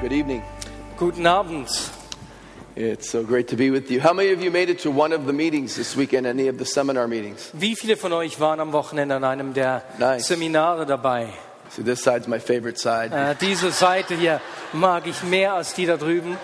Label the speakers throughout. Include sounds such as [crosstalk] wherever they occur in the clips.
Speaker 1: Good evening.
Speaker 2: Guten Abend.
Speaker 1: It's so great to be with you. How many of you made it to one of the meetings this weekend, any of the seminar meetings?
Speaker 2: Wie viele von euch waren am Wochenende an einem der
Speaker 1: Nice.
Speaker 2: Seminare dabei?
Speaker 1: See, this side's my favorite side,
Speaker 2: Äh, diese Seite hier mag ich mehr als die da drüben.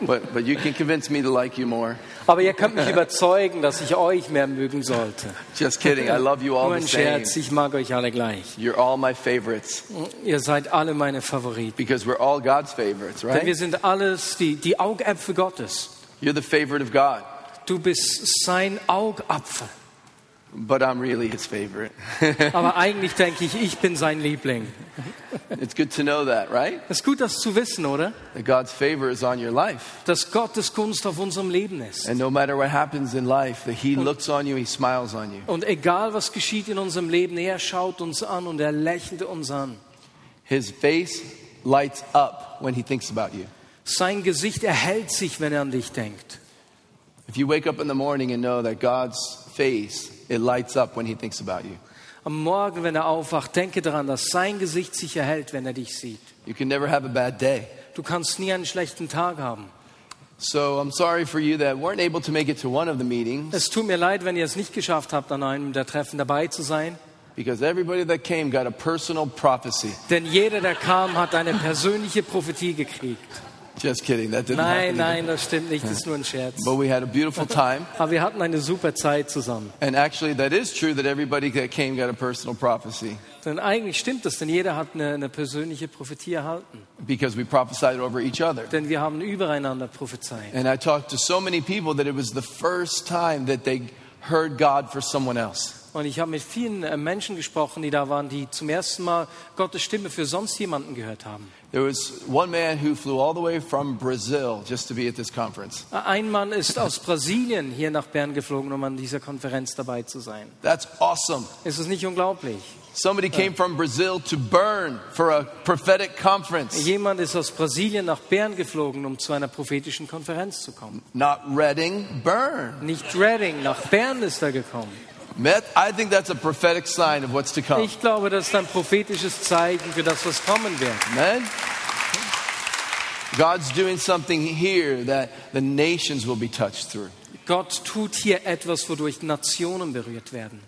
Speaker 1: but, but you can convince me to like you more.
Speaker 2: Aber ihr
Speaker 1: [laughs]
Speaker 2: könnt mich überzeugen, dass ich euch mehr mögen sollte.
Speaker 1: Just kidding. I love you all
Speaker 2: Nur
Speaker 1: the
Speaker 2: ein
Speaker 1: same.
Speaker 2: Scherz, ich mag euch alle gleich.
Speaker 1: You're all my favorites
Speaker 2: Ihr seid alle meine Favoriten.
Speaker 1: because we're all God's favorites,
Speaker 2: Denn wir
Speaker 1: right?
Speaker 2: sind alles die, die Augäpfel Gottes.
Speaker 1: You're the favorite of God,
Speaker 2: Du bist sein Augapfel.
Speaker 1: but I'm really his favorite. [laughs]
Speaker 2: Aber eigentlich denke ich, ich bin sein Liebling.
Speaker 1: it's good to know that, right?
Speaker 2: Es ist gut, das zu wissen, oder?
Speaker 1: That God's favor is on your life.
Speaker 2: Dass Gottes Gunst auf unserem Leben ist.
Speaker 1: And no matter what happens in life, that he looks on you, he smiles on you.
Speaker 2: Und egal was geschieht in unserem Leben, er schaut uns an und er lächelt uns an.
Speaker 1: His face lights up when he thinks about you.
Speaker 2: Sein Gesicht erhält sich, wenn er an dich denkt.
Speaker 1: If you wake up in the morning and know that God's face, it lights up when He thinks about you.
Speaker 2: Am Morgen, wenn er aufwacht, denke daran, dass sein Gesicht sich erhält, wenn er dich sieht.
Speaker 1: You can never have a bad day.
Speaker 2: Du kannst nie einen schlechten Tag haben.
Speaker 1: So I'm sorry for you that weren't able to make it to one of the meetings
Speaker 2: Es tut mir leid, wenn ihr es nicht geschafft habt, an einem der Treffen dabei zu sein.
Speaker 1: because everybody that came got a personal prophecy.
Speaker 2: Denn jeder, der kam, hat eine persönliche Prophetie gekriegt.
Speaker 1: Just kidding, that didn't
Speaker 2: Nein,
Speaker 1: happen.
Speaker 2: nein, das stimmt nicht, das ist nur ein Scherz.
Speaker 1: But we had a beautiful time.
Speaker 2: Aber wir hatten eine super Zeit zusammen.
Speaker 1: And actually, that is true that everybody that came got a personal prophecy
Speaker 2: Denn eigentlich stimmt das, denn jeder hat eine, eine persönliche Prophetie erhalten.
Speaker 1: because we prophesied over each other.
Speaker 2: denn wir haben übereinander prophezeit.
Speaker 1: And I talked to so many people that it was the first time that they heard God for someone else.
Speaker 2: Und ich habe mit vielen äh, Menschen gesprochen, die da waren, die zum ersten Mal Gottes Stimme für sonst jemanden gehört haben.
Speaker 1: There was one man who flew all the way from Brazil just to be at this conference.
Speaker 2: Äh, Ein Mann ist aus Brasilien hier nach Bern geflogen, um an dieser Konferenz dabei zu sein.
Speaker 1: That's awesome.
Speaker 2: Ist es nicht unglaublich?
Speaker 1: Somebody came from Brazil to Bern for a prophetic conference.
Speaker 2: Jemand ist aus Brasilien nach Bern geflogen, um zu einer prophetischen Konferenz zu kommen.
Speaker 1: Not Reading, Bern.
Speaker 2: Nicht Reading, nach Bern ist er gekommen.
Speaker 1: That- I think that's a prophetic sign of what's to come.
Speaker 2: Ich glaube, das ist ein prophetisches Zeichen für das, was kommen wird.
Speaker 1: Amen. God's doing something here that the nations will be touched through.
Speaker 2: Gott tut hier etwas, wodurch Nationen berührt werden.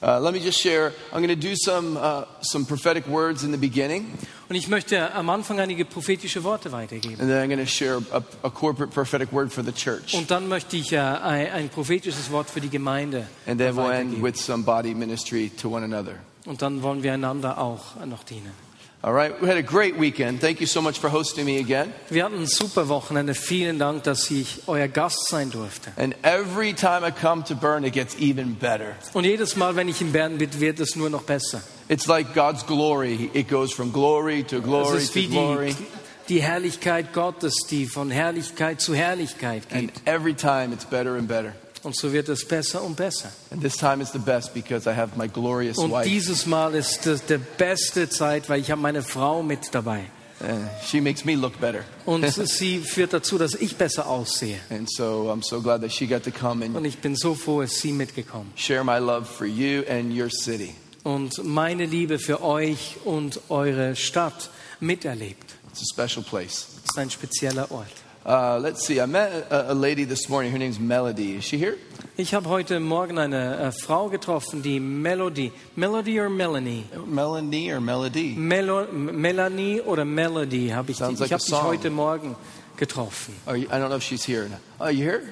Speaker 1: Uh, let me just share. I'm going to do some, uh, some prophetic words in the beginning,
Speaker 2: Und ich möchte am Anfang einige prophetische Worte weitergeben.
Speaker 1: and then I'm going to share a, a corporate prophetic word for the church.
Speaker 2: Und dann möchte ich äh, ein, ein prophetisches Wort für die Gemeinde
Speaker 1: And then we'll end
Speaker 2: weitergeben.
Speaker 1: with some body ministry to one another.
Speaker 2: Und dann wollen wir einander auch äh, noch dienen.
Speaker 1: All right, we had a great weekend. Thank you so much for hosting me again.
Speaker 2: Wir hatten ein super Wochenende. Vielen Dank, dass ich euer Gast sein durfte.
Speaker 1: And every time I come to Bern, it gets even better.
Speaker 2: Und jedes Mal, wenn ich in Bern bin, wird es nur noch besser.
Speaker 1: It's like God's glory. It goes from glory to
Speaker 2: Es
Speaker 1: glory
Speaker 2: ist
Speaker 1: to
Speaker 2: wie
Speaker 1: glory.
Speaker 2: die, die Herrlichkeit Gottes, die von Herrlichkeit zu Herrlichkeit geht.
Speaker 1: And every time it's better and better.
Speaker 2: Und so wird es besser und besser.
Speaker 1: And this time it's the best because I have my glorious
Speaker 2: Und
Speaker 1: wife.
Speaker 2: dieses Mal ist das die beste Zeit, weil ich habe meine Frau mit dabei.
Speaker 1: Uh, she makes me look better. [laughs]
Speaker 2: Und sie führt dazu, dass ich besser aussehe.
Speaker 1: And so I'm so glad that she got to come and
Speaker 2: Und ich bin so froh, ist sie mitgekommen.
Speaker 1: share my love for you and your city.
Speaker 2: Und meine Liebe für euch und eure Stadt miterlebt.
Speaker 1: It's a special place.
Speaker 2: Das ist ein spezieller Ort.
Speaker 1: Uh, let's see. I met a, a lady this morning. Her name's Melody. Is she here?
Speaker 2: Ich habe heute Morgen eine äh, Frau getroffen, die Melody, Melody or Melanie?
Speaker 1: Melanie or Melody?
Speaker 2: Melo, M- Melanie oder Melody habe ich, die-
Speaker 1: Sounds like
Speaker 2: ich
Speaker 1: a
Speaker 2: habe dich
Speaker 1: song.
Speaker 2: heute Morgen getroffen.
Speaker 1: Are you, I don't know if she's here. or not. Are you here?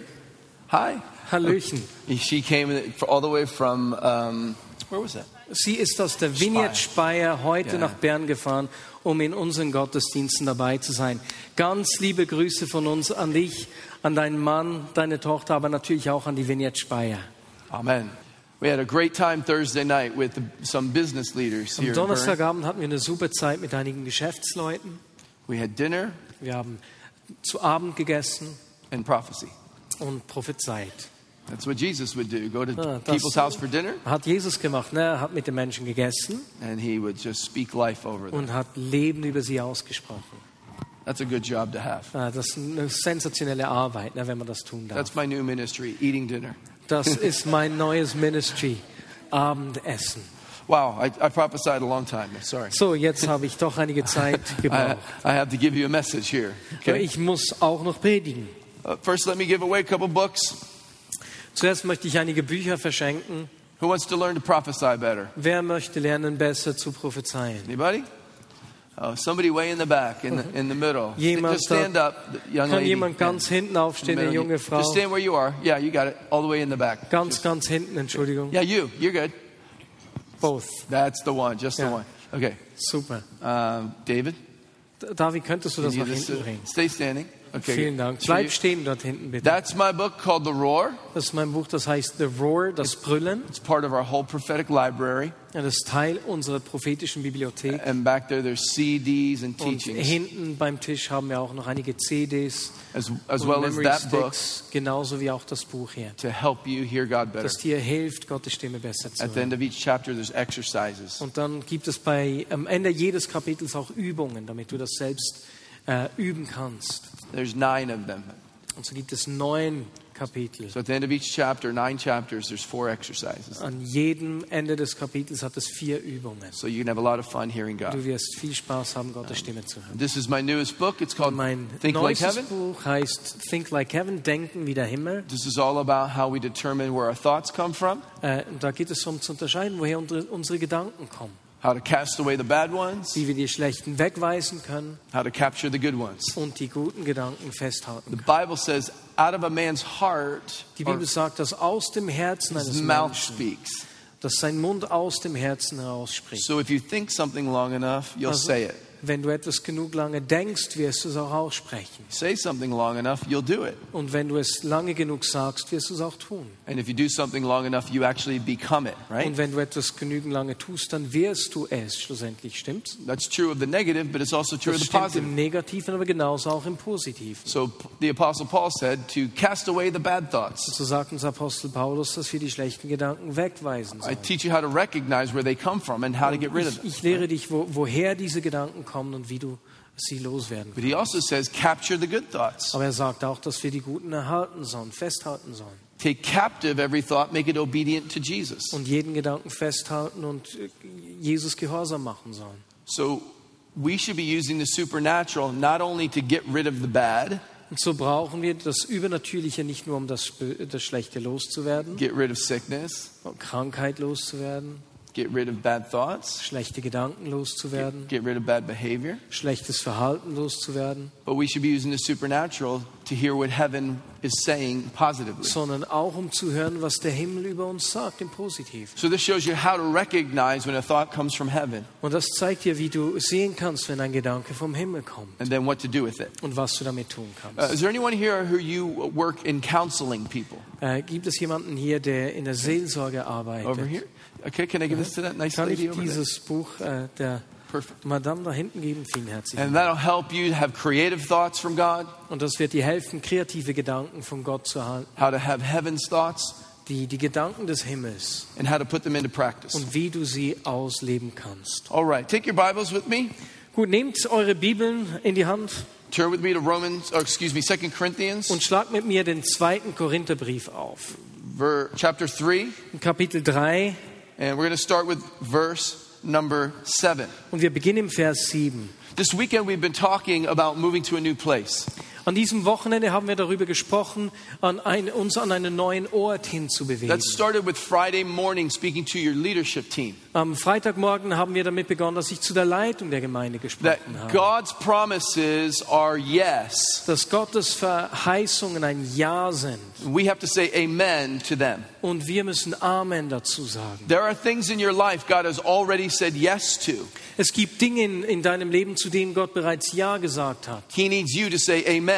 Speaker 1: Hi.
Speaker 2: Hallöchen.
Speaker 1: She came all the way from, um, where was that?
Speaker 2: Sie ist aus der Vineyard Speyer heute
Speaker 1: Ja.
Speaker 2: nach Bern gefahren, um in unseren Gottesdiensten dabei zu sein. Ganz liebe Grüße von uns an dich, an deinen Mann, deine Tochter, aber natürlich auch an die Vineyard Speyer.
Speaker 1: Amen. We had a great time Thursday night with some business leaders here.
Speaker 2: Am
Speaker 1: in Bern.
Speaker 2: Donnerstagabend hatten wir eine super Zeit mit einigen Geschäftsleuten.
Speaker 1: We had dinner,
Speaker 2: Wir haben zu Abend gegessen
Speaker 1: and prophecy.
Speaker 2: und prophezeit.
Speaker 1: That's what Jesus would do. Go to
Speaker 2: Ah, das-
Speaker 1: people's house for dinner,
Speaker 2: Hat Jesus gemacht, ne? er hat mit den Menschen gegessen
Speaker 1: and he would just speak life over them.
Speaker 2: und hat Leben über sie ausgesprochen.
Speaker 1: That's a good job to have.
Speaker 2: Ah, Das ist eine sensationelle Arbeit, ne, wenn man das tun darf.
Speaker 1: That's my new ministry, eating dinner.
Speaker 2: Das ist mein neues Ministry, Abendessen.
Speaker 1: Wow, I, I prophesied a long time. I'm sorry.
Speaker 2: So, jetzt habe ich doch
Speaker 1: [laughs]
Speaker 2: einige Zeit
Speaker 1: I,
Speaker 2: gebraucht.
Speaker 1: I have to give you a message here.
Speaker 2: Aber
Speaker 1: Ah, Okay.
Speaker 2: Ich muss auch noch predigen.
Speaker 1: Uh, first, let me give away a couple books.
Speaker 2: Zuerst möchte ich einige Bücher verschenken.
Speaker 1: Who wants to learn to prophesy better?
Speaker 2: Wer möchte lernen, besser zu prophezeien?
Speaker 1: Anybody? Oh, somebody way in the back, in the, in the middle. St-
Speaker 2: Jemand
Speaker 1: Just stand up, the young
Speaker 2: Kann
Speaker 1: lady.
Speaker 2: jemand ganz hinten aufstehen, eine
Speaker 1: Middle.
Speaker 2: junge Frau?
Speaker 1: Just stand where you are. Yeah, you got it. All the way in the back.
Speaker 2: Ganz, ganz hinten, Entschuldigung.
Speaker 1: Yeah, you. You're good.
Speaker 2: Both.
Speaker 1: That's the one. Just
Speaker 2: Yeah.
Speaker 1: the one. Okay.
Speaker 2: Super.
Speaker 1: Um, David,
Speaker 2: D- Davi, könntest du das
Speaker 1: you
Speaker 2: nach
Speaker 1: just,
Speaker 2: hinten
Speaker 1: uh,
Speaker 2: bringen?
Speaker 1: stay standing. Okay.
Speaker 2: Vielen Dank.
Speaker 1: It's for you.
Speaker 2: Bleib stehen dort hinten, bitte.
Speaker 1: That's my book called The Roar.
Speaker 2: Das ist mein Buch, das heißt The Roar, das Brüllen.
Speaker 1: It's part of our whole prophetic library.
Speaker 2: Ja, Das ist Teil unserer prophetischen Bibliothek.
Speaker 1: And back there, there's CDs and
Speaker 2: Und
Speaker 1: teachings,
Speaker 2: hinten beim Tisch haben wir auch noch einige CDs
Speaker 1: as, as
Speaker 2: und
Speaker 1: well as
Speaker 2: Memory
Speaker 1: that book
Speaker 2: Sticks, genauso wie auch das Buch hier.
Speaker 1: to help you hear God better.
Speaker 2: Das dir hilft, Gottes Stimme besser zu
Speaker 1: At the
Speaker 2: hören.
Speaker 1: end of each chapter, there's exercises.
Speaker 2: Und dann gibt es bei, am Ende jedes Kapitels auch Übungen, damit du das selbst äh, üben kannst.
Speaker 1: There's nine of them.
Speaker 2: Und so gibt es neun Kapitel.
Speaker 1: So at the end of each chapter, nine chapters, there's four exercises.
Speaker 2: An jedem Ende des Kapitels hat es vier Übungen.
Speaker 1: So you can have a lot of fun hearing
Speaker 2: Du
Speaker 1: God.
Speaker 2: wirst viel Spaß haben, Gottes Stimme zu hören.
Speaker 1: This is my newest book. It's called
Speaker 2: Mein
Speaker 1: Think Like
Speaker 2: neuestes
Speaker 1: Heaven.
Speaker 2: Buch heißt Think Like Heaven, Denken wie der Himmel.
Speaker 1: This is all about how we determine where our thoughts come from,
Speaker 2: Äh, und da geht es um zu unterscheiden, woher unsere, unsere Gedanken kommen,
Speaker 1: how to cast away the bad ones,
Speaker 2: wie wir die schlechten wegweisen können
Speaker 1: how to capture the good ones.
Speaker 2: und die guten Gedanken festhalten.
Speaker 1: The Bible says, out of a man's heart,
Speaker 2: Die
Speaker 1: or
Speaker 2: Bibel sagt, dass aus dem Herzen
Speaker 1: his
Speaker 2: eines
Speaker 1: mouth
Speaker 2: Menschen
Speaker 1: speaks.
Speaker 2: dass sein Mund aus dem Herzen heraus spricht.
Speaker 1: So if you think something long enough, you'll
Speaker 2: Also-
Speaker 1: say it.
Speaker 2: Wenn du etwas genug lange denkst, wirst du es auch aussprechen.
Speaker 1: Say something long enough, you'll do it.
Speaker 2: Und wenn du es lange genug sagst, wirst du es auch tun.
Speaker 1: And if you do something long enough, you actually become it,
Speaker 2: Und
Speaker 1: right?
Speaker 2: wenn du etwas genügend lange tust, dann wirst du es schlussendlich, stimmt's?
Speaker 1: That's true of the negative, but it's also true of the
Speaker 2: Das stimmt
Speaker 1: positive.
Speaker 2: im Negativen, aber genauso auch im Positiven.
Speaker 1: So p- the Apostle Paul said to cast away the bad thoughts.
Speaker 2: So sagt uns Apostel Paulus, dass wir die schlechten Gedanken wegweisen
Speaker 1: I
Speaker 2: sollen.
Speaker 1: teach you how to recognize where they come from and how to get rid of
Speaker 2: Ich,
Speaker 1: them.
Speaker 2: ich lehre dich, wo, woher diese Gedanken kommen und wie du sie loswerden
Speaker 1: But he also says capture the good thoughts.
Speaker 2: Aber er sagt auch, dass wir die Guten erhalten sollen, festhalten sollen.
Speaker 1: Take captive every thought, make it obedient to Jesus.
Speaker 2: Und jeden Gedanken festhalten und äh, Jesus gehorsam machen sollen.
Speaker 1: So we should be using the supernatural not only to get rid of the bad,
Speaker 2: Und so brauchen wir das Übernatürliche nicht nur, um das, Bö- das Schlechte loszuwerden,
Speaker 1: get rid of sickness,
Speaker 2: um Krankheit loszuwerden,
Speaker 1: get rid of bad thoughts,
Speaker 2: schlechte Gedanken loszuwerden,
Speaker 1: get rid of bad behavior,
Speaker 2: schlechtes Verhalten loszuwerden,
Speaker 1: but we should be using the supernatural to hear what heaven is saying positively.
Speaker 2: sondern auch um zu hören, was der Himmel über uns sagt, im Positiven.
Speaker 1: So this shows you how to recognize when a thought comes from heaven
Speaker 2: Und das zeigt dir, wie du sehen kannst, wenn ein Gedanke vom Himmel kommt
Speaker 1: and then what to do with it.
Speaker 2: und was du damit tun
Speaker 1: Uh,
Speaker 2: kannst.
Speaker 1: is there anyone here who you work in counseling people?
Speaker 2: Äh, gibt es jemanden hier, der in der Seelsorge arbeitet?
Speaker 1: Over here? Okay, can I give this to that nice
Speaker 2: Kann ich
Speaker 1: lady over there?
Speaker 2: dieses Buch äh, der
Speaker 1: Perfect.
Speaker 2: Madame da hinten geben? Vielen herzlichen
Speaker 1: And
Speaker 2: Dank.
Speaker 1: that'll help you have creative thoughts from God,
Speaker 2: Und das wird dir helfen, kreative Gedanken von Gott zu erhalten,
Speaker 1: how to have heaven's thoughts,
Speaker 2: die, die Gedanken des Himmels
Speaker 1: and how to put them into practice.
Speaker 2: und wie du sie ausleben kannst.
Speaker 1: All right, take your Bibles with me.
Speaker 2: Gut, nehmt eure Bibeln in die Hand
Speaker 1: Turn with me to Romans, or excuse me, 2 Corinthians,
Speaker 2: und schlagt mit mir den zweiten Korintherbrief auf.
Speaker 1: ver, chapter 3,
Speaker 2: In Kapitel 3
Speaker 1: and we're going to start with verse number 7.
Speaker 2: und wir beginnen im Vers 7.
Speaker 1: This weekend we've been talking about moving to a new place.
Speaker 2: An diesem Wochenende haben wir darüber gesprochen, an ein, uns an einen neuen Ort hinzubewegen.
Speaker 1: That started with Friday morning speaking to your leadership team.
Speaker 2: Am Freitagmorgen haben wir damit begonnen, dass ich zu der Leitung der Gemeinde
Speaker 1: That
Speaker 2: gesprochen habe.
Speaker 1: God's promises are yes.
Speaker 2: dass Gottes Verheißungen ein Ja sind
Speaker 1: We have to say amen to them.
Speaker 2: und wir müssen Amen dazu sagen.
Speaker 1: There are things in your life God has already said yes to.
Speaker 2: Es gibt Dinge in, in deinem Leben, zu denen Gott bereits Ja gesagt hat
Speaker 1: He needs you to say amen.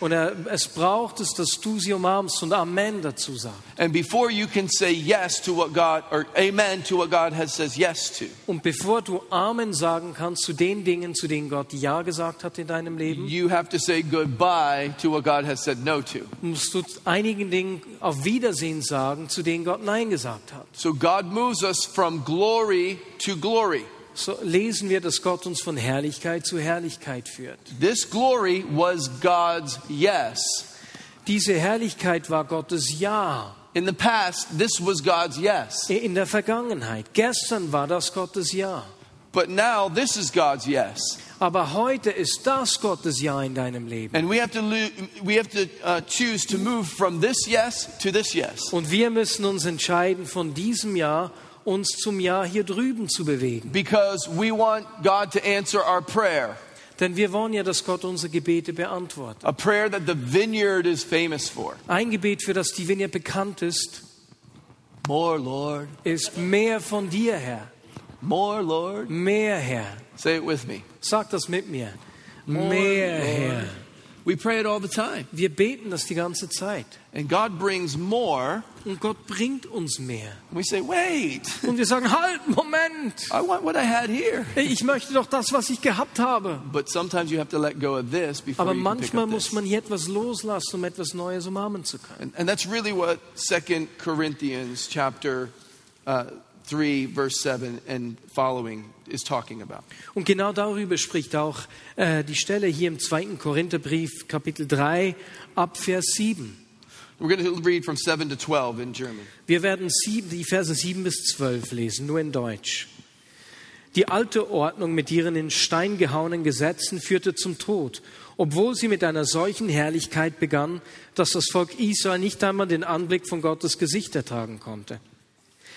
Speaker 2: Und er, es braucht es, dass du sie umarmst und Amen dazu sagst.
Speaker 1: And before you can say yes to what God, or amen to what God has says yes to,
Speaker 2: Und bevor du Amen sagen kannst zu den Dingen, zu denen Gott Ja gesagt hat in deinem Leben,
Speaker 1: you have to say goodbye to what God has said no to.
Speaker 2: musst du einigen Dingen auf Wiedersehen sagen, zu denen Gott Nein gesagt hat.
Speaker 1: So God moves us from glory to glory.
Speaker 2: So lesen wir, dass Gott uns von Herrlichkeit zu Herrlichkeit führt.
Speaker 1: This glory was God's yes.
Speaker 2: Diese Herrlichkeit war Gottes Ja
Speaker 1: In the past, this was God's yes.
Speaker 2: in der Vergangenheit. Gestern war das Gottes Ja.
Speaker 1: But now, this is God's yes.
Speaker 2: Aber heute ist das Gottes Ja in deinem Leben.
Speaker 1: And we have to, lo- we have to uh, choose to move from this yes to this yes.
Speaker 2: Und wir müssen uns entscheiden, von diesem Ja uns zum Ja hier drüben zu bewegen.
Speaker 1: Because we want God to answer our prayer,
Speaker 2: Denn wir wollen ja, dass Gott unsere Gebete beantwortet.
Speaker 1: a prayer that the vineyard is famous for.
Speaker 2: Ein Gebet, für das die Vineyard bekannt ist,
Speaker 1: More, Lord.
Speaker 2: ist mehr von dir, Herr.
Speaker 1: More, Lord.
Speaker 2: Mehr, Herr.
Speaker 1: Say it with me.
Speaker 2: Sag das mit mir. Mehr, Herr.
Speaker 1: We pray it all the time.
Speaker 2: Wir beten das die ganze Zeit.
Speaker 1: And God brings more.
Speaker 2: Und Gott bringt uns mehr.
Speaker 1: And we say, wait,
Speaker 2: Und wir sagen, halt, Moment.
Speaker 1: I want what I had here.
Speaker 2: Ich möchte doch das, was ich gehabt habe.
Speaker 1: But sometimes you have to let go of this before
Speaker 2: Aber
Speaker 1: you can pick
Speaker 2: manchmal
Speaker 1: up
Speaker 2: muss
Speaker 1: this.
Speaker 2: man hier etwas loslassen, um etwas Neues umarmen zu können.
Speaker 1: And, and that's really what 2 Corinthians chapter uh, 3, verse 7 and following is talking about.
Speaker 2: Und genau darüber spricht auch äh, die Stelle hier im 2. Korintherbrief, Kapitel 3, ab Vers 7.
Speaker 1: We're going to read from 7 to 12 in German.
Speaker 2: Wir werden sieben, die Verse 7 bis 12 lesen, nur in Deutsch. Die alte Ordnung mit ihren in Stein gehauenen Gesetzen führte zum Tod, obwohl sie mit einer solchen Herrlichkeit begann, dass das Volk Israel nicht einmal den Anblick von Gottes Gesicht ertragen konnte.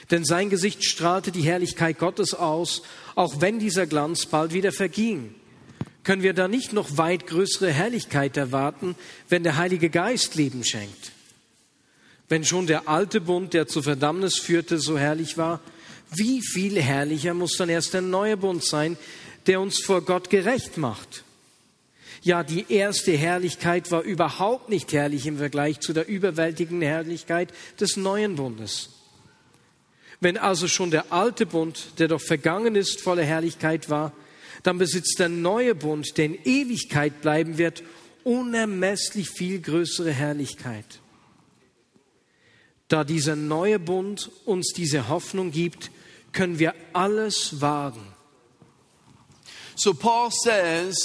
Speaker 2: Denn sein Gesicht strahlte die Herrlichkeit Gottes aus, auch wenn dieser Glanz bald wieder verging. Können wir da nicht noch weit größere Herrlichkeit erwarten, wenn der Heilige Geist Leben schenkt? Wenn schon der alte Bund, der zu Verdammnis führte, so herrlich war, wie viel herrlicher muss dann erst der neue Bund sein, der uns vor Gott gerecht macht? Ja, die erste Herrlichkeit war überhaupt nicht herrlich im Vergleich zu der überwältigenden Herrlichkeit des neuen Bundes. Wenn also schon der alte Bund, der doch vergangen ist, voller Herrlichkeit war, dann besitzt der neue Bund, der in Ewigkeit bleiben wird, unermesslich viel größere Herrlichkeit. Da dieser neue Bund uns diese Hoffnung gibt, können wir alles wagen.
Speaker 1: So Paul says,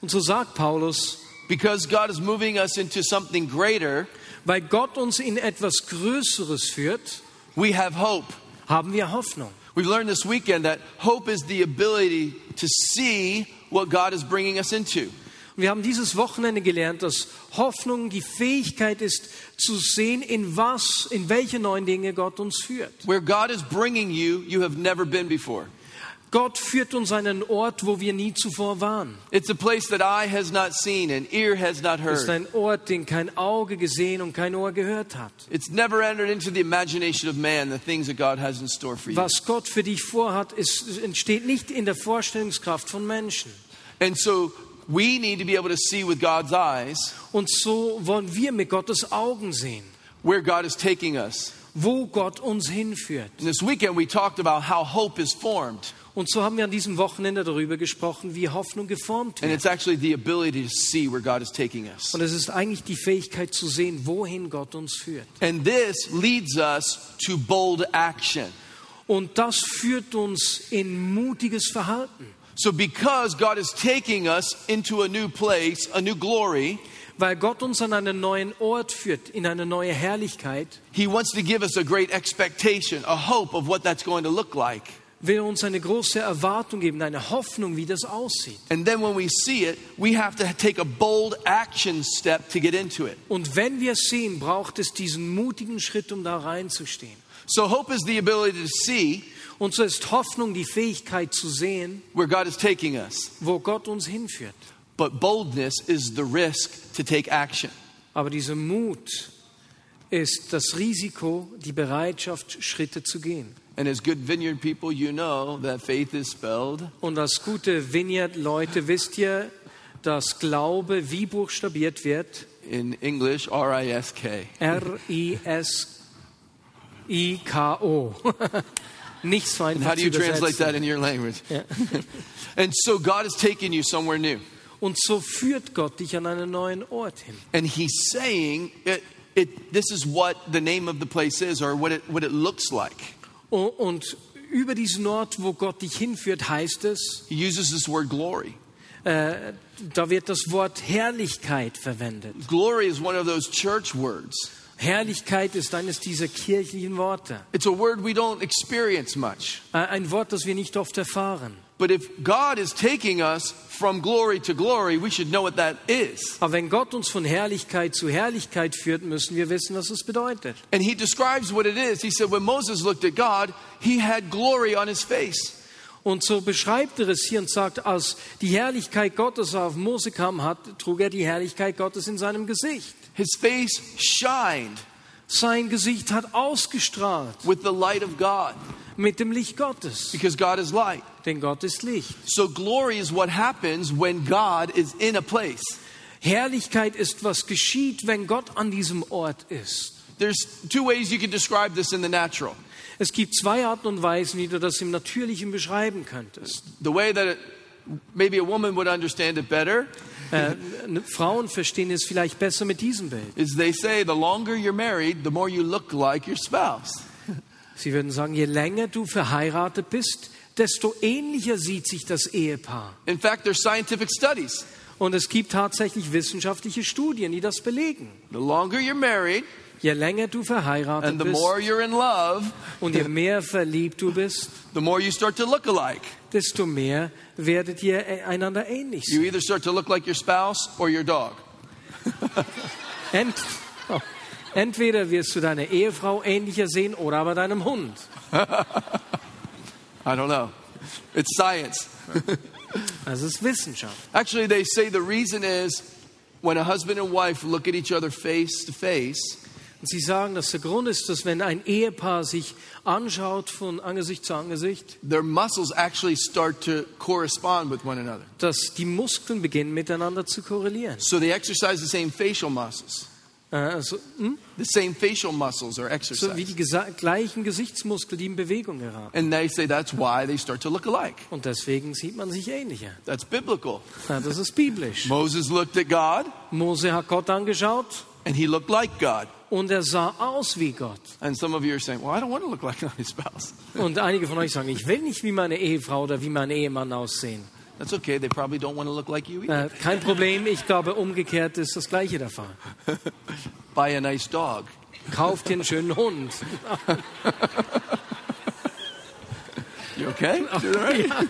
Speaker 2: Und so sagt Paulus,
Speaker 1: because God is moving us into something greater,
Speaker 2: weil Gott uns in etwas Größeres führt,
Speaker 1: we have hope.
Speaker 2: haben wir Hoffnung.
Speaker 1: We've learned this weekend that hope is the ability to see what God is bringing us into.
Speaker 2: Und wir haben dieses Wochenende gelernt, dass Hoffnung die Fähigkeit ist, zu sehen, in was, in welche neuen Dinge Gott uns führt.
Speaker 1: Where God is bringing you, you have never been before.
Speaker 2: Gott führt uns an einen Ort, wo wir nie zuvor waren.
Speaker 1: It's a place that eye has not seen and ear has not
Speaker 2: Es
Speaker 1: heard.
Speaker 2: ist ein Ort, den kein Auge gesehen und kein Ohr gehört hat.
Speaker 1: It's never entered into the imagination of man, the things that God has in store for you.
Speaker 2: Was Gott für dich vorhat, ist, entsteht nicht in der Vorstellungskraft von Menschen.
Speaker 1: And so we need to be able to see with God's eyes
Speaker 2: Und so wollen wir mit Gottes Augen sehen,
Speaker 1: where God is taking us.
Speaker 2: wo Gott uns hinführt.
Speaker 1: And this weekend we talked about how hope is formed,
Speaker 2: Und so haben wir an diesem Wochenende darüber gesprochen, wie Hoffnung geformt
Speaker 1: and
Speaker 2: wird.
Speaker 1: it's actually the ability to see where God is taking us.
Speaker 2: Und es ist eigentlich die Fähigkeit zu sehen, wohin Gott uns führt.
Speaker 1: And this leads us to bold action.
Speaker 2: Und das führt uns in mutiges Verhalten.
Speaker 1: So because God is taking us into a new place, a new glory,
Speaker 2: Weil Gott uns an einen neuen Ort führt, in eine neue Herrlichkeit,
Speaker 1: he wants to give us a great expectation, a hope of what that's going to look like.
Speaker 2: will er uns eine große Erwartung geben, eine Hoffnung, wie das aussieht.
Speaker 1: And then when we see it, we have to take a bold action step to get into it.
Speaker 2: Und wenn wir es sehen, braucht es diesen mutigen Schritt, um da reinzustehen.
Speaker 1: So hope is the ability to see
Speaker 2: Und so ist Hoffnung die Fähigkeit zu sehen,
Speaker 1: where God is taking us.
Speaker 2: wo Gott uns hinführt.
Speaker 1: But boldness is the risk to take action.
Speaker 2: Aber dieser Mut ist das Risiko, die Bereitschaft, Schritte zu gehen.
Speaker 1: And as good vineyard people, you know that faith is spelled
Speaker 2: Und als gute Vineyard-Leute wisst ihr, dass Glaube wie buchstabiert wird?
Speaker 1: in English, R I S K.
Speaker 2: R-I-S-I-K-O. [laughs] Nicht so
Speaker 1: And
Speaker 2: einfach
Speaker 1: how do
Speaker 2: zu
Speaker 1: you translate
Speaker 2: übersetzen.
Speaker 1: that in your language? [laughs] and so God has taken you somewhere new.
Speaker 2: Und so führt Gott dich an einen neuen Ort hin.
Speaker 1: And He's saying, it, it, This is what the name of the place is or what it, what it looks like.
Speaker 2: O- Und über diesen Ort, wo Gott dich hinführt, heißt es,
Speaker 1: He uses this word glory.
Speaker 2: äh, da wird das Wort Herrlichkeit verwendet.
Speaker 1: Glory is one of those church words.
Speaker 2: Herrlichkeit ist eines dieser kirchlichen Worte.
Speaker 1: It's a word we don't experience much.
Speaker 2: Äh, Ein Wort, das wir nicht oft erfahren.
Speaker 1: But if God is taking us from glory to glory, we should know what that is.
Speaker 2: Aber wenn Gott uns von Herrlichkeit zu Herrlichkeit führt, müssen wir wissen, was es bedeutet.
Speaker 1: And he describes what it is. He said, when Moses looked at God, he had glory on his face.
Speaker 2: Und so beschreibt er es hier und sagt, als die Herrlichkeit Gottes auf Mose kam, hat, trug er die Herrlichkeit Gottes in seinem Gesicht.
Speaker 1: His face shined
Speaker 2: Sein Gesicht hat ausgestrahlt
Speaker 1: with the light of God
Speaker 2: mit dem Licht Gottes,
Speaker 1: because God is light.
Speaker 2: denn Gott ist Licht.
Speaker 1: So glory is what happens when God is in a place.
Speaker 2: Herrlichkeit ist, was geschieht, wenn Gott an diesem Ort ist.
Speaker 1: There's two ways you can describe this in the natural.
Speaker 2: Es gibt zwei Arten und Weisen, wie du das im Natürlichen beschreiben könntest.
Speaker 1: The way that it, maybe a woman would understand it better
Speaker 2: Äh, Frauen verstehen es vielleicht besser mit diesem Bild.
Speaker 1: is they say the longer you're married, the more you look like your spouse.
Speaker 2: Sie würden sagen, je länger du verheiratet bist, desto ähnlicher sieht sich das Ehepaar.
Speaker 1: In fact, there's scientific studies.
Speaker 2: Und es gibt tatsächlich wissenschaftliche Studien, die das belegen.
Speaker 1: The longer you're married
Speaker 2: Je länger du verheiratet
Speaker 1: and the
Speaker 2: bist
Speaker 1: more you're in love,
Speaker 2: und je mehr verliebt du bist,
Speaker 1: the more you start to look alike.
Speaker 2: desto mehr werdet ihr e- einander ähnlich
Speaker 1: You
Speaker 2: sein.
Speaker 1: either start to look like your spouse or your dog.
Speaker 2: Ent oh. Entweder wirst du deiner Ehefrau ähnlicher sehen oder aber deinem Hund.
Speaker 1: I don't know. It's science.
Speaker 2: Das ist Wissenschaft.
Speaker 1: Actually, they say the reason is when a husband and wife look at each other face to face,
Speaker 2: Und sie sagen, dass der Grund ist, dass wenn ein Ehepaar sich anschaut von Angesicht zu Angesicht,
Speaker 1: their muscles actually start to correspond with one another.
Speaker 2: dass die Muskeln beginnen miteinander zu korrelieren.
Speaker 1: So they exercise the same facial muscles.
Speaker 2: Äh, Also, hm?
Speaker 1: The same facial muscles are
Speaker 2: So wie
Speaker 1: exercised.
Speaker 2: die gesa- gleichen Gesichtsmuskeln, die in Bewegung geraten.
Speaker 1: And they say that's why they start to look alike.
Speaker 2: Und deswegen sieht man sich ähnlicher.
Speaker 1: That's biblical.
Speaker 2: Ja, das ist biblisch.
Speaker 1: Moses looked at God
Speaker 2: Mose hat Gott angeschaut
Speaker 1: and he looked like God.
Speaker 2: und er sah aus wie Gott.
Speaker 1: And some of you are saying, well, I don't want to look like [laughs] my spouse.
Speaker 2: Und einige von euch sagen, ich will nicht wie meine Ehefrau oder wie mein Ehemann aussehen.
Speaker 1: That's okay. They probably don't want to look like you either.
Speaker 2: Äh, kein Problem, ich glaube, umgekehrt ist das Gleiche der Fall.
Speaker 1: Buy a nice dog.
Speaker 2: Kauft dir einen schönen
Speaker 1: [laughs]
Speaker 2: Hund.
Speaker 1: You okay? You all right?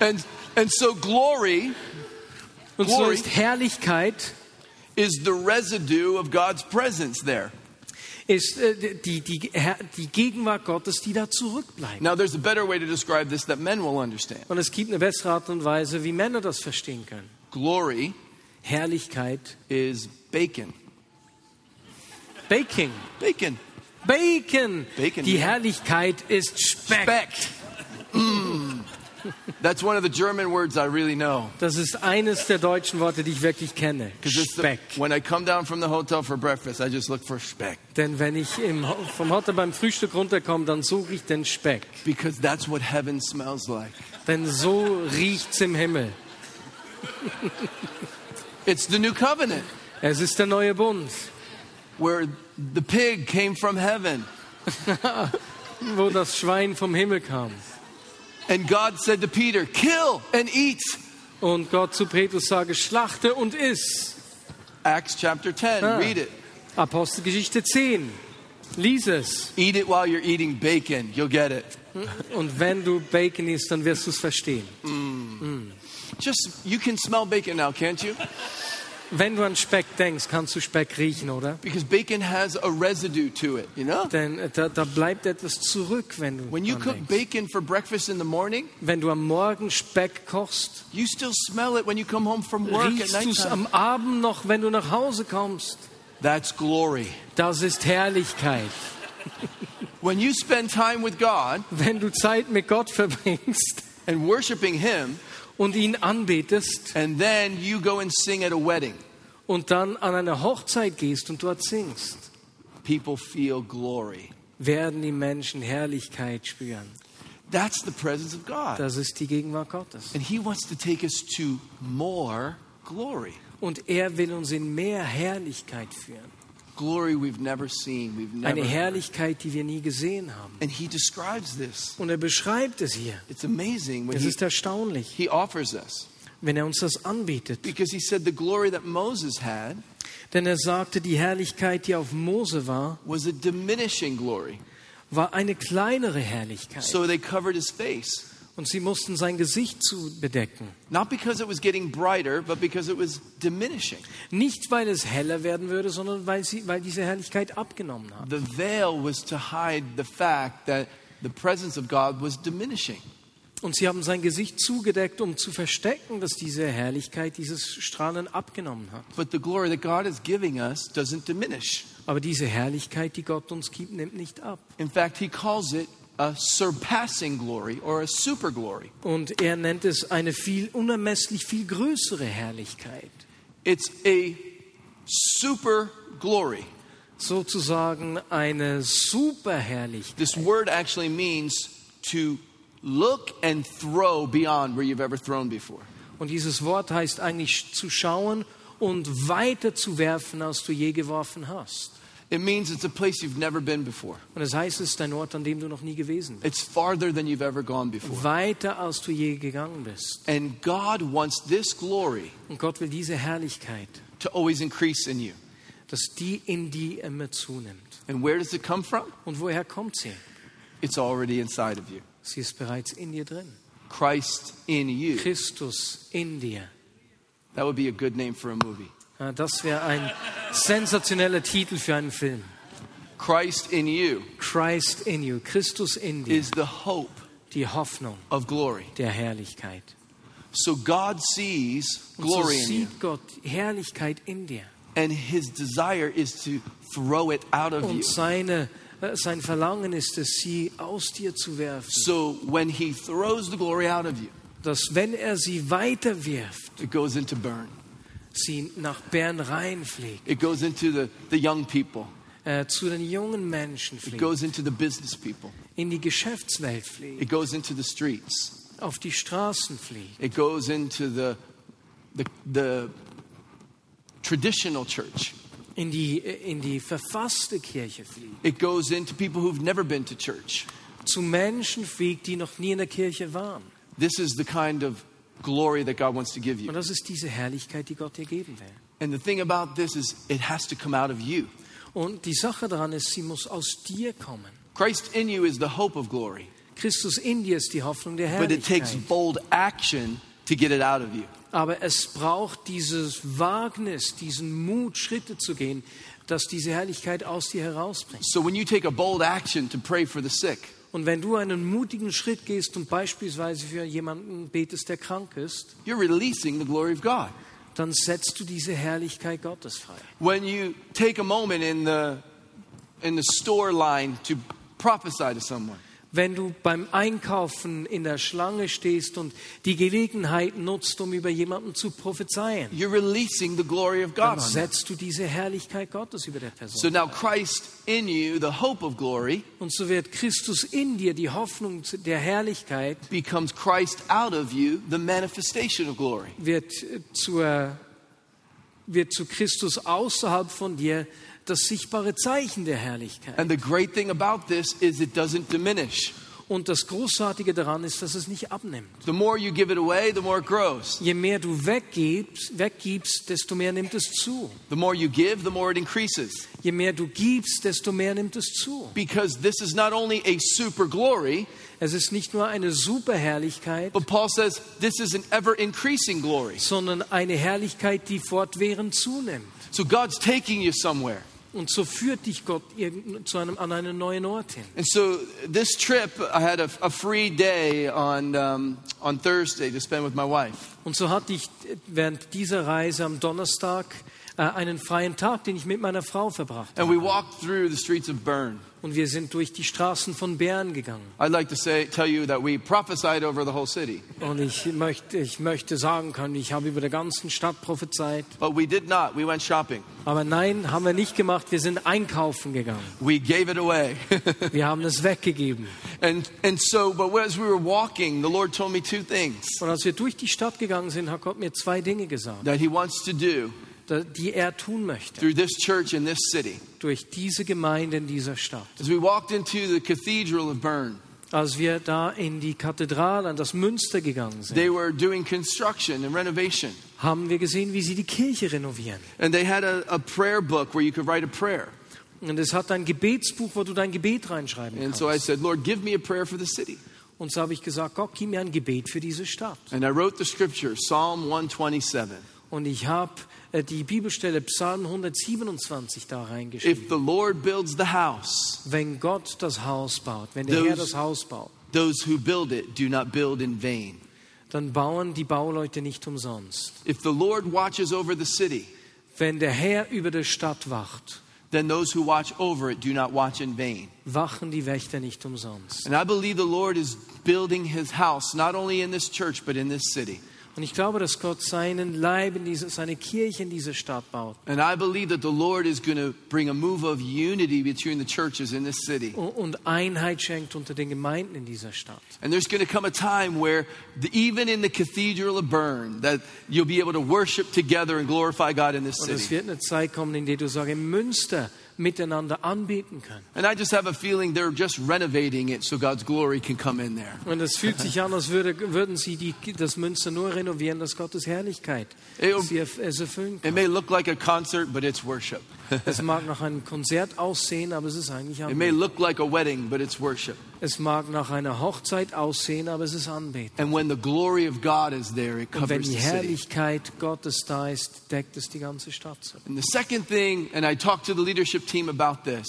Speaker 1: and, and so glory
Speaker 2: Und so
Speaker 1: Glory.
Speaker 2: ist Herrlichkeit,
Speaker 1: is the residue of God's presence there.
Speaker 2: ist äh, die, die, Herr- die Gegenwart Gottes, die da zurückbleibt.
Speaker 1: Now, there's a better way to describe this that men will understand.
Speaker 2: Und es gibt eine bessere Art und Weise, wie Männer das verstehen können.
Speaker 1: Glory
Speaker 2: Herrlichkeit,
Speaker 1: is bacon.
Speaker 2: Baking.
Speaker 1: Bacon.
Speaker 2: Bacon.
Speaker 1: Bacon,
Speaker 2: Die
Speaker 1: ja.
Speaker 2: Herrlichkeit ist Speck.
Speaker 1: Speck. Mm. That's one of the German words I really know.
Speaker 2: Das ist eines der deutschen Worte, die ich wirklich kenne.
Speaker 1: 'Cause it's the-
Speaker 2: Speck.
Speaker 1: when I come down from the hotel for breakfast, I just look for Speck
Speaker 2: Denn wenn ich im, Ho- vom Hotel beim Frühstück runterkomme, dann suche ich den Speck.
Speaker 1: because that's what heaven smells like.
Speaker 2: Denn so riecht's im Himmel.
Speaker 1: It's the new covenant
Speaker 2: Es ist der neue Bund,
Speaker 1: where the pig came from heaven.
Speaker 2: wo das Schwein vom Himmel kam.
Speaker 1: And God said to Peter, Kill and eat.
Speaker 2: Und Gott zu Petrus sage, schlachte und iss.
Speaker 1: Acts chapter 10,
Speaker 2: Ah.
Speaker 1: read it.
Speaker 2: Apostelgeschichte 10. Lies es.
Speaker 1: Eat it while you're eating bacon. You'll get it.
Speaker 2: Und wenn du Bacon isst, dann wirst du's verstehen.
Speaker 1: Just, you can smell bacon now, can't you?
Speaker 2: Wenn du an Speck denkst, kannst du Speck riechen, oder?
Speaker 1: Because bacon has a residue to it, you know?
Speaker 2: Denn äh, da, da bleibt etwas zurück, wenn du,
Speaker 1: When you
Speaker 2: dran
Speaker 1: cook
Speaker 2: denkst.
Speaker 1: bacon for breakfast in the morning,
Speaker 2: wenn du am Morgen Speck kochst,
Speaker 1: you still smell it when you come home from work at
Speaker 2: riechst du es
Speaker 1: night.
Speaker 2: am Abend noch, wenn du nach Hause kommst.
Speaker 1: That's glory.
Speaker 2: Das ist Herrlichkeit.
Speaker 1: When you spend time with God
Speaker 2: Wenn du Zeit mit Gott verbringst
Speaker 1: and worshiping Him,
Speaker 2: und ihn anbetest
Speaker 1: and then you go and sing at a wedding,
Speaker 2: und dann an eine Hochzeit gehst und dort singst,
Speaker 1: people feel glory.
Speaker 2: werden die Menschen Herrlichkeit spüren.
Speaker 1: That's the presence of God.
Speaker 2: Das ist die Gegenwart Gottes.
Speaker 1: And He wants to take us to more glory.
Speaker 2: Und er will uns in mehr Herrlichkeit führen.
Speaker 1: Glory we've never seen, we've never
Speaker 2: Eine Herrlichkeit, die wir nie gesehen haben.
Speaker 1: And He describes this.
Speaker 2: Und er beschreibt es hier.
Speaker 1: It's amazing when
Speaker 2: Es
Speaker 1: he,
Speaker 2: ist erstaunlich,
Speaker 1: he offers us.
Speaker 2: wenn er uns das anbietet.
Speaker 1: Because He said the glory that Moses had
Speaker 2: Denn er sagte, die Herrlichkeit, die auf Mose war,
Speaker 1: was a diminishing glory.
Speaker 2: war eine kleinere Herrlichkeit.
Speaker 1: So they covered His face.
Speaker 2: Und sie mussten sein Gesicht zu bedecken.
Speaker 1: Not because it was getting brighter, but because it was diminishing.
Speaker 2: Nicht, weil es heller werden würde, sondern weil, sie, weil diese Herrlichkeit abgenommen hat.
Speaker 1: The veil was to hide the fact that the presence of God was diminishing.
Speaker 2: Und sie haben sein Gesicht zugedeckt, um zu verstecken, dass diese Herrlichkeit dieses Strahlen abgenommen hat.
Speaker 1: But the glory that God is giving us doesn't diminish.
Speaker 2: Aber diese Herrlichkeit, die Gott uns gibt, nimmt nicht ab.
Speaker 1: In fact, he calls it a surpassing glory or a super glory.
Speaker 2: Und er nennt es eine viel unermesslich viel größere Herrlichkeit.
Speaker 1: It's a super glory.
Speaker 2: Sozusagen eine Superherrlichkeit.
Speaker 1: This word actually means to look and throw beyond where you've ever thrown before.
Speaker 2: Und dieses Wort heißt eigentlich zu schauen und weiter zu werfen, als du je geworfen hast.
Speaker 1: It means it's a place you've never been before.
Speaker 2: Und das heißt, es ist ein Ort, an dem du noch nie gewesen bist.
Speaker 1: It's farther than you've ever gone before.
Speaker 2: Weiter, als du je gegangen bist.
Speaker 1: And God wants this glory
Speaker 2: Und Gott will diese Herrlichkeit,
Speaker 1: to always increase in you.
Speaker 2: dass die in dir immer zunimmt.
Speaker 1: And where does it come from?
Speaker 2: Und woher kommt sie?
Speaker 1: It's already inside of you.
Speaker 2: Sie ist bereits in dir drin.
Speaker 1: Christ in you.
Speaker 2: Christus in dir.
Speaker 1: That would be a good name for a movie.
Speaker 2: Ja, das wäre ein sensationeller Titel für einen Film.
Speaker 1: Christ in you
Speaker 2: Christ in you, Christus in dir,
Speaker 1: is the hope
Speaker 2: die Hoffnung
Speaker 1: of glory.
Speaker 2: der Herrlichkeit.
Speaker 1: So God sees
Speaker 2: Und so
Speaker 1: glory in you,
Speaker 2: sieht Gott Herrlichkeit in dir.
Speaker 1: and his desire is to throw it out of you.
Speaker 2: Und seine, äh, sein Verlangen ist es, sie aus dir zu werfen.
Speaker 1: So when he throws the glory out of you,
Speaker 2: Dass wenn er sie weiterwirft,
Speaker 1: it goes into burn.
Speaker 2: sie nach Bern reinfliegt,
Speaker 1: It goes into the, the young people.
Speaker 2: äh, zu den jungen Menschen
Speaker 1: It
Speaker 2: fliegt,
Speaker 1: goes into the business people.
Speaker 2: in die Geschäftswelt fliegt,
Speaker 1: It goes into the streets.
Speaker 2: auf die Straßen fliegt,
Speaker 1: It goes into the, the, the traditional church.
Speaker 2: in die, äh, in die verfasste Kirche fliegt.
Speaker 1: It goes into people who've never been to church.
Speaker 2: zu Menschen fliegt, die noch nie in der Kirche waren.
Speaker 1: This is the kind of glory that God wants to give you.
Speaker 2: Und das ist diese Herrlichkeit, die Gott dir geben will.
Speaker 1: And the thing about this is it has to come out of you.
Speaker 2: Und die Sache daran ist, sie muss aus dir kommen.
Speaker 1: Christ in you is the hope of glory,
Speaker 2: Christus in dir ist die Hoffnung der
Speaker 1: but it takes
Speaker 2: Herrlichkeit.
Speaker 1: bold action to get it out of you.
Speaker 2: Aber es braucht dieses Wagnis, diesen Mut, Schritte zu gehen, dass diese Herrlichkeit aus dir herausbringt.
Speaker 1: So when you take a bold action to pray for the sick,
Speaker 2: Und wenn du einen mutigen Schritt gehst und beispielsweise für jemanden betest, der krank ist,
Speaker 1: you're releasing the glory of God.
Speaker 2: dann setzt du diese Herrlichkeit Gottes frei.
Speaker 1: When you take a moment in the in the store line to prophesy to someone,
Speaker 2: Wenn du beim Einkaufen in der Schlange stehst und die Gelegenheit nutzt, um über jemanden zu prophezeien,
Speaker 1: you're releasing the glory of
Speaker 2: dann
Speaker 1: God on them.
Speaker 2: setzt du diese Herrlichkeit Gottes über der
Speaker 1: So
Speaker 2: Person.
Speaker 1: now Christ in you, the hope of glory,
Speaker 2: Und so wird Christus in dir die Hoffnung zu- der Herrlichkeit,
Speaker 1: becomes Christ out of you, the manifestation of glory.
Speaker 2: wird, äh, zur, wird zu Christus außerhalb von dir das sichtbare Zeichen der Herrlichkeit.
Speaker 1: And the great thing about this is it doesn't diminish.
Speaker 2: Und das Großartige daran ist, dass es nicht abnimmt.
Speaker 1: The more you give it away, the more it grows.
Speaker 2: Je mehr du weggibst, weggibst, desto mehr nimmt es zu.
Speaker 1: The more you give, the more it increases.
Speaker 2: Je mehr du gibst, desto mehr nimmt es zu.
Speaker 1: Because this is not only a super glory,
Speaker 2: Es ist nicht nur eine Superherrlichkeit,
Speaker 1: but Paul says this is an ever increasing glory.
Speaker 2: sondern eine Herrlichkeit, die fortwährend zunimmt.
Speaker 1: So God's taking you somewhere.
Speaker 2: Und so führt dich Gott irgend- zu einem, an einen neuen Ort hin.
Speaker 1: And so this trip, I had a, a free day on, um, on Thursday to spend with my wife.
Speaker 2: Und so hatte ich während dieser Reise am Donnerstag äh, einen freien Tag, den ich mit meiner Frau verbracht
Speaker 1: And
Speaker 2: habe.
Speaker 1: we walked through the streets of Bern.
Speaker 2: Und wir sind durch die Straßen von Bern gegangen.
Speaker 1: I'd like to say, tell you that we prophesied over the whole city,
Speaker 2: Und ich möchte, ich möchte sagen können, ich habe über der ganzen Stadt prophezeit.
Speaker 1: but we did not. We went shopping.
Speaker 2: Aber nein, haben wir nicht gemacht. Wir sind einkaufen gegangen.
Speaker 1: We gave it away. [laughs]
Speaker 2: Wir haben es weggegeben.
Speaker 1: and, and so, but as we were walking, the Lord told me two things
Speaker 2: Und als wir durch die Stadt gegangen sind, hat Gott mir zwei Dinge gesagt,
Speaker 1: that He wants to do
Speaker 2: da- die er tun möchte
Speaker 1: through this church in this city.
Speaker 2: durch diese Gemeinde in dieser Stadt.
Speaker 1: As we walked into the Cathedral of Bern,
Speaker 2: Als wir da in die Kathedrale, an das Münster gegangen sind,
Speaker 1: they were doing construction and renovation.
Speaker 2: haben wir gesehen, wie sie die Kirche renovieren.
Speaker 1: And they had a, a prayer book where you could write a prayer.
Speaker 2: Und es hat ein Gebetsbuch, wo du dein Gebet reinschreiben
Speaker 1: And
Speaker 2: kannst.
Speaker 1: so I said, Lord, give me a prayer for the city.
Speaker 2: Und so habe ich gesagt, Gott, gib mir ein Gebet für diese Stadt.
Speaker 1: And I wrote the scripture, Psalm 127.
Speaker 2: Und ich habe äh, die Bibelstelle Psalm 127 da reingeschrieben.
Speaker 1: If the Lord builds the house,
Speaker 2: Wenn Gott das Haus baut, wenn der
Speaker 1: Those-
Speaker 2: Herr das Haus baut,
Speaker 1: those who build it do not build in vain.
Speaker 2: dann bauen die Bauleute nicht umsonst.
Speaker 1: If the Lord watches over the city,
Speaker 2: Wenn der Herr über der Stadt wacht,
Speaker 1: then those who watch over it do not watch in vain.
Speaker 2: wachen die Wächter nicht umsonst.
Speaker 1: And I believe the Lord is building his house, not only in this church, but in this city.
Speaker 2: Und ich glaube, dass Gott seinen Leib, in diese, seine Kirche in diese Stadt baut.
Speaker 1: And I believe that the Lord is going to bring a move of unity between the churches in this city.
Speaker 2: u- und Einheit schenkt unter den Gemeinden in dieser Stadt.
Speaker 1: And there's going to come a time where, the, even in the Cathedral of Bern, that you'll be able to worship together and glorify God in this
Speaker 2: Und es
Speaker 1: city.
Speaker 2: wird eine Zeit kommen, in der du sogar im Münster miteinander anbeten kannst.
Speaker 1: And I just have a feeling they're just renovating it so God's glory can come in there.
Speaker 2: Und es fühlt sich an, als würde, würden sie die, das Münster nur renovieren, dass Gottes Herrlichkeit
Speaker 1: Ey, um-
Speaker 2: sie erf- es erfüllen
Speaker 1: It
Speaker 2: kann.
Speaker 1: may look like a concert, but it's worship.
Speaker 2: Es mag nach einem Konzert aussehen, aber es ist eigentlich
Speaker 1: It may
Speaker 2: Anbeten.
Speaker 1: look like a wedding, but it's worship.
Speaker 2: Es mag nach einer Hochzeit aussehen, aber es ist Anbeten.
Speaker 1: And when the glory of God is there, it
Speaker 2: Und wenn
Speaker 1: covers
Speaker 2: die
Speaker 1: the city.
Speaker 2: Herrlichkeit Gottes da ist, deckt es die ganze Stadt zu.
Speaker 1: And the second thing, and I talked to the leadership team about this,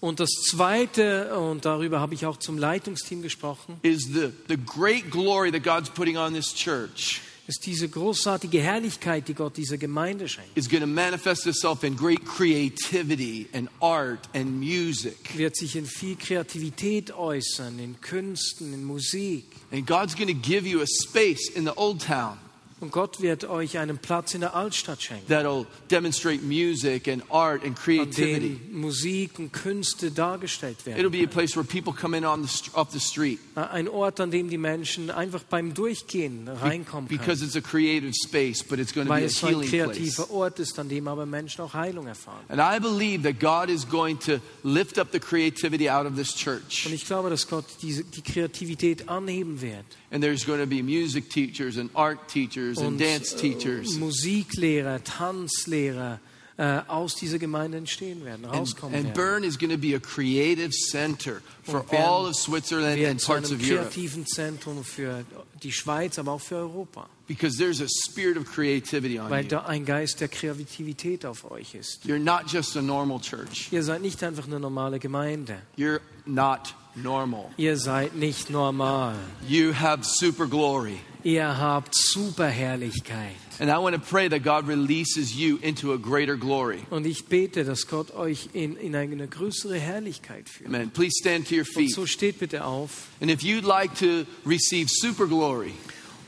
Speaker 2: Und das Zweite, und darüber habe ich auch zum Leitungsteam gesprochen,
Speaker 1: is the, the great glory that God's putting on this church
Speaker 2: ist diese großartige Herrlichkeit, die Gott dieser Gemeinde schenkt,
Speaker 1: is going to manifest itself in great creativity and art and music.
Speaker 2: wird sich in viel Kreativität äußern, in Künsten, in Musik.
Speaker 1: And God's going to give you a space in the old town
Speaker 2: Und Gott wird euch einen Platz in der Altstadt schenken,
Speaker 1: that'll demonstrate music and art and
Speaker 2: an
Speaker 1: creativity.
Speaker 2: dem Musik und Künste dargestellt
Speaker 1: It'll
Speaker 2: werden. Äh,
Speaker 1: be a place where people come in on the, str- off the street
Speaker 2: Ein Ort, an dem die Menschen einfach beim Durchgehen reinkommen können,
Speaker 1: because it's a creative space, but it's going to be
Speaker 2: weil
Speaker 1: a
Speaker 2: es so ein
Speaker 1: healing place.
Speaker 2: kreativer Ort ist, an dem aber Menschen auch Heilung erfahren.
Speaker 1: And I believe that God is going to lift up the creativity out of this church.
Speaker 2: Und ich glaube, dass Gott diese, die Kreativität anheben wird.
Speaker 1: And there's going to be music teachers and art teachers and
Speaker 2: Und
Speaker 1: dance
Speaker 2: äh,
Speaker 1: teachers.
Speaker 2: Musiklehrer, Tanzlehrer äh, aus dieser Gemeinde entstehen werden,
Speaker 1: And,
Speaker 2: rauskommen
Speaker 1: and
Speaker 2: werden.
Speaker 1: Bern is going to be a creative center for
Speaker 2: Und Bern
Speaker 1: all of Switzerland
Speaker 2: Werden
Speaker 1: and
Speaker 2: zu
Speaker 1: parts
Speaker 2: einem
Speaker 1: of Europe
Speaker 2: kreativen Zentrum für die Schweiz, aber auch für Europa.
Speaker 1: because there's a spirit of creativity on
Speaker 2: Weil
Speaker 1: you.
Speaker 2: da ein Geist der Kreativität auf euch ist.
Speaker 1: You're not just a normal church.
Speaker 2: Ihr seid nicht einfach eine normale Gemeinde.
Speaker 1: You're not normal.
Speaker 2: Ihr seid nicht normal.
Speaker 1: You have super glory.
Speaker 2: Ihr habt Superherrlichkeit.
Speaker 1: And I want to pray that God releases you into a greater glory.
Speaker 2: Und ich bete, dass Gott euch in, in eine größere Herrlichkeit führt.
Speaker 1: Amen. Please stand to your
Speaker 2: Und
Speaker 1: feet.
Speaker 2: so steht bitte auf.
Speaker 1: And if you'd like to receive super glory,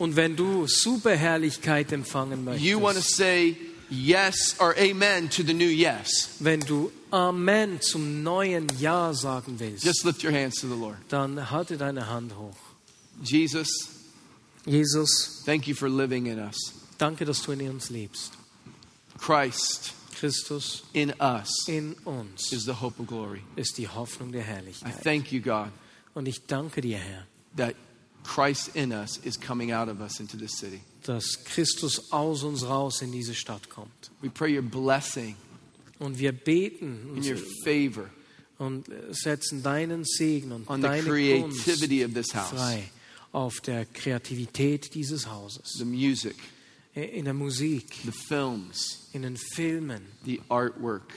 Speaker 2: Und wenn du Superherrlichkeit empfangen
Speaker 1: you want to
Speaker 2: möchtest,
Speaker 1: say yes or amen to the new yes.
Speaker 2: wenn du Amen zum neuen Ja sagen willst,
Speaker 1: Just lift your hands to the Lord.
Speaker 2: dann halte deine Hand hoch.
Speaker 1: Jesus,
Speaker 2: Jesus,
Speaker 1: thank you for living in us.
Speaker 2: danke, dass du in uns lebst.
Speaker 1: Christ
Speaker 2: Christus
Speaker 1: in us
Speaker 2: in uns
Speaker 1: is the hope of glory.
Speaker 2: ist die Hoffnung der
Speaker 1: I
Speaker 2: Herrlichkeit.
Speaker 1: thank you, God,
Speaker 2: Und ich danke dir, Herr,
Speaker 1: that Christ in us is coming out of us into this city.
Speaker 2: dass Christus aus uns raus in diese Stadt kommt.
Speaker 1: We pray your blessing
Speaker 2: Und wir beten
Speaker 1: and your
Speaker 2: und-
Speaker 1: favor
Speaker 2: und setzen deinen Segen und
Speaker 1: on the
Speaker 2: deine Gunst
Speaker 1: creativity of this house,
Speaker 2: frei auf der Kreativität dieses Hauses.
Speaker 1: the music,
Speaker 2: in der Musik,
Speaker 1: the films,
Speaker 2: in den Filmen,
Speaker 1: the artwork.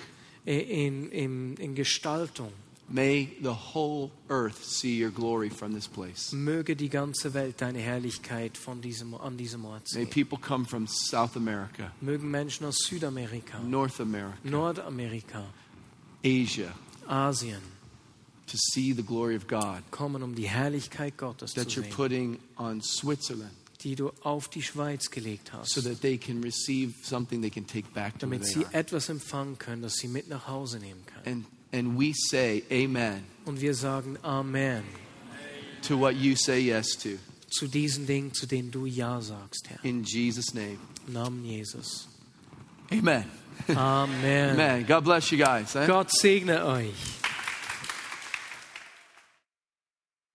Speaker 2: in, in, in Gestaltung.
Speaker 1: May the whole earth see your glory from this place.
Speaker 2: Möge die ganze Welt deine Herrlichkeit von diesem, an diesem Ort
Speaker 1: May
Speaker 2: sehen.
Speaker 1: people come from South America,
Speaker 2: Mögen Menschen aus Südamerika,
Speaker 1: North America,
Speaker 2: Nordamerika,
Speaker 1: Asia
Speaker 2: Asien
Speaker 1: to see the glory of God
Speaker 2: kommen, um die Herrlichkeit Gottes zu
Speaker 1: that you're
Speaker 2: sehen,
Speaker 1: putting on Switzerland
Speaker 2: die du auf die Schweiz gelegt hast,
Speaker 1: so that they can receive something they can take back to where
Speaker 2: damit
Speaker 1: they
Speaker 2: sie
Speaker 1: are.
Speaker 2: etwas empfangen können, das sie mit nach Hause nehmen
Speaker 1: And,
Speaker 2: können.
Speaker 1: and we say amen
Speaker 2: Und wir sagen Amen
Speaker 1: to what you say yes to.
Speaker 2: zu diesen Dingen, zu denen du Ja sagst, Herr.
Speaker 1: In Jesus' name.
Speaker 2: Im Namen
Speaker 1: [laughs]
Speaker 2: Jesus.
Speaker 1: Amen.
Speaker 2: Amen.
Speaker 1: Amen. God bless you guys. eh?
Speaker 2: Gott segne euch.